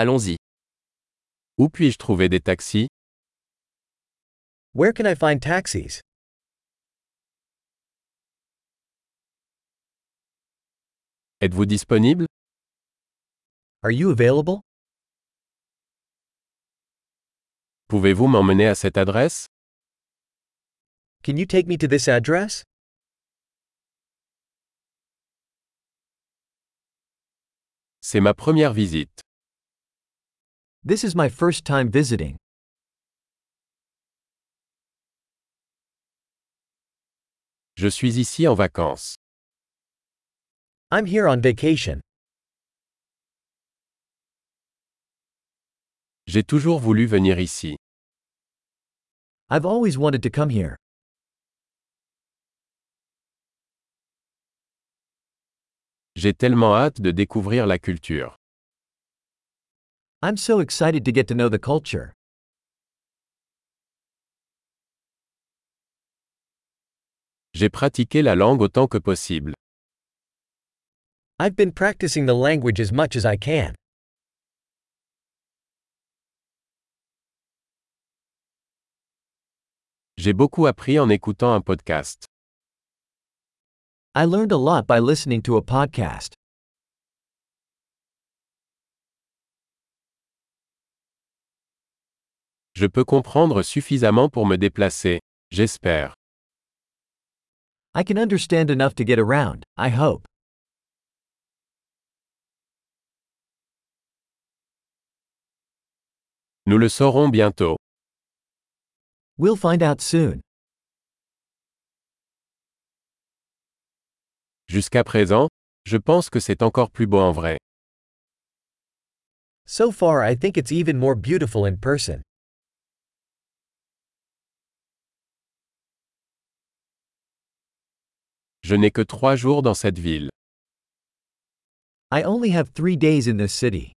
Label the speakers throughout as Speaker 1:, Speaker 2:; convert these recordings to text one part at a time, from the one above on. Speaker 1: Allons-y. Où puis-je trouver des taxis
Speaker 2: Where can I find taxis?
Speaker 1: Êtes-vous disponible
Speaker 2: Are you available?
Speaker 1: Pouvez-vous m'emmener à cette adresse
Speaker 2: Can you take me to this address?
Speaker 1: C'est ma première visite.
Speaker 2: This is my first time visiting.
Speaker 1: Je suis ici en vacances.
Speaker 2: I'm here on vacation.
Speaker 1: J'ai toujours voulu venir ici.
Speaker 2: I've always wanted to come here.
Speaker 1: J'ai tellement hâte de découvrir la culture.
Speaker 2: I'm so excited to get to know the culture.
Speaker 1: J'ai pratiqué la langue autant que possible.
Speaker 2: I've been practicing the language as much as I can.
Speaker 1: J'ai beaucoup appris en écoutant un podcast.
Speaker 2: I learned a lot by listening to a podcast.
Speaker 1: Je peux comprendre suffisamment pour me déplacer, j'espère.
Speaker 2: I can understand enough to get around, I hope.
Speaker 1: Nous le saurons bientôt.
Speaker 2: We'll find out soon.
Speaker 1: Jusqu'à présent, je pense que c'est encore plus beau en vrai.
Speaker 2: So far, I think it's even more beautiful in person.
Speaker 1: Je n'ai que trois jours dans cette ville.
Speaker 2: I only have three days in this city.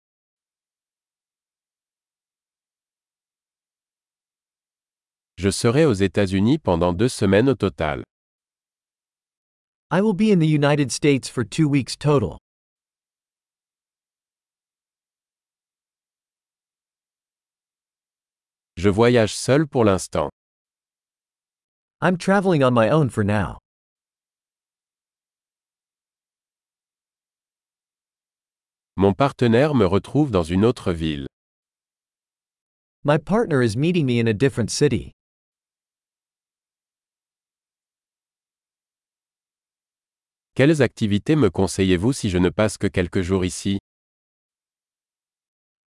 Speaker 1: Je serai aux États-Unis pendant deux semaines au total.
Speaker 2: I will be in the United States for two weeks total.
Speaker 1: Je voyage seul pour l'instant.
Speaker 2: I'm traveling on my own for now.
Speaker 1: Mon partenaire me retrouve dans une autre ville.
Speaker 2: My partner is meeting me in a different city.
Speaker 1: Quelles activités me conseillez-vous si je ne passe que quelques jours ici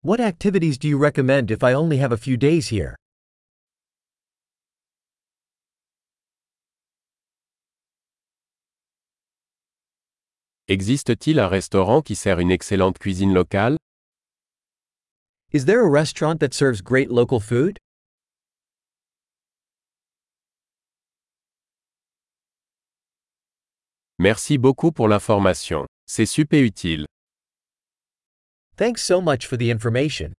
Speaker 2: What activities do you recommend if I only have a few days here?
Speaker 1: Existe-t-il un restaurant qui sert une excellente cuisine locale
Speaker 2: Is there a restaurant that serves great local food?
Speaker 1: Merci beaucoup pour l'information. C'est super utile.
Speaker 2: Thanks so much for the information.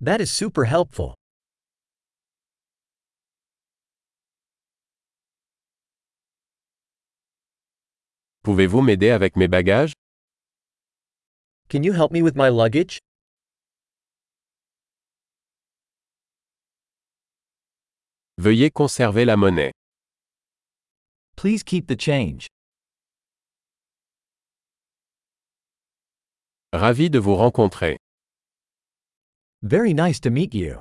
Speaker 2: That is super helpful.
Speaker 1: Pouvez-vous m'aider avec mes bagages
Speaker 2: Can you help me with my luggage?
Speaker 1: Veuillez conserver la monnaie.
Speaker 2: Please keep the change.
Speaker 1: Ravi de vous rencontrer.
Speaker 2: Very nice to meet you.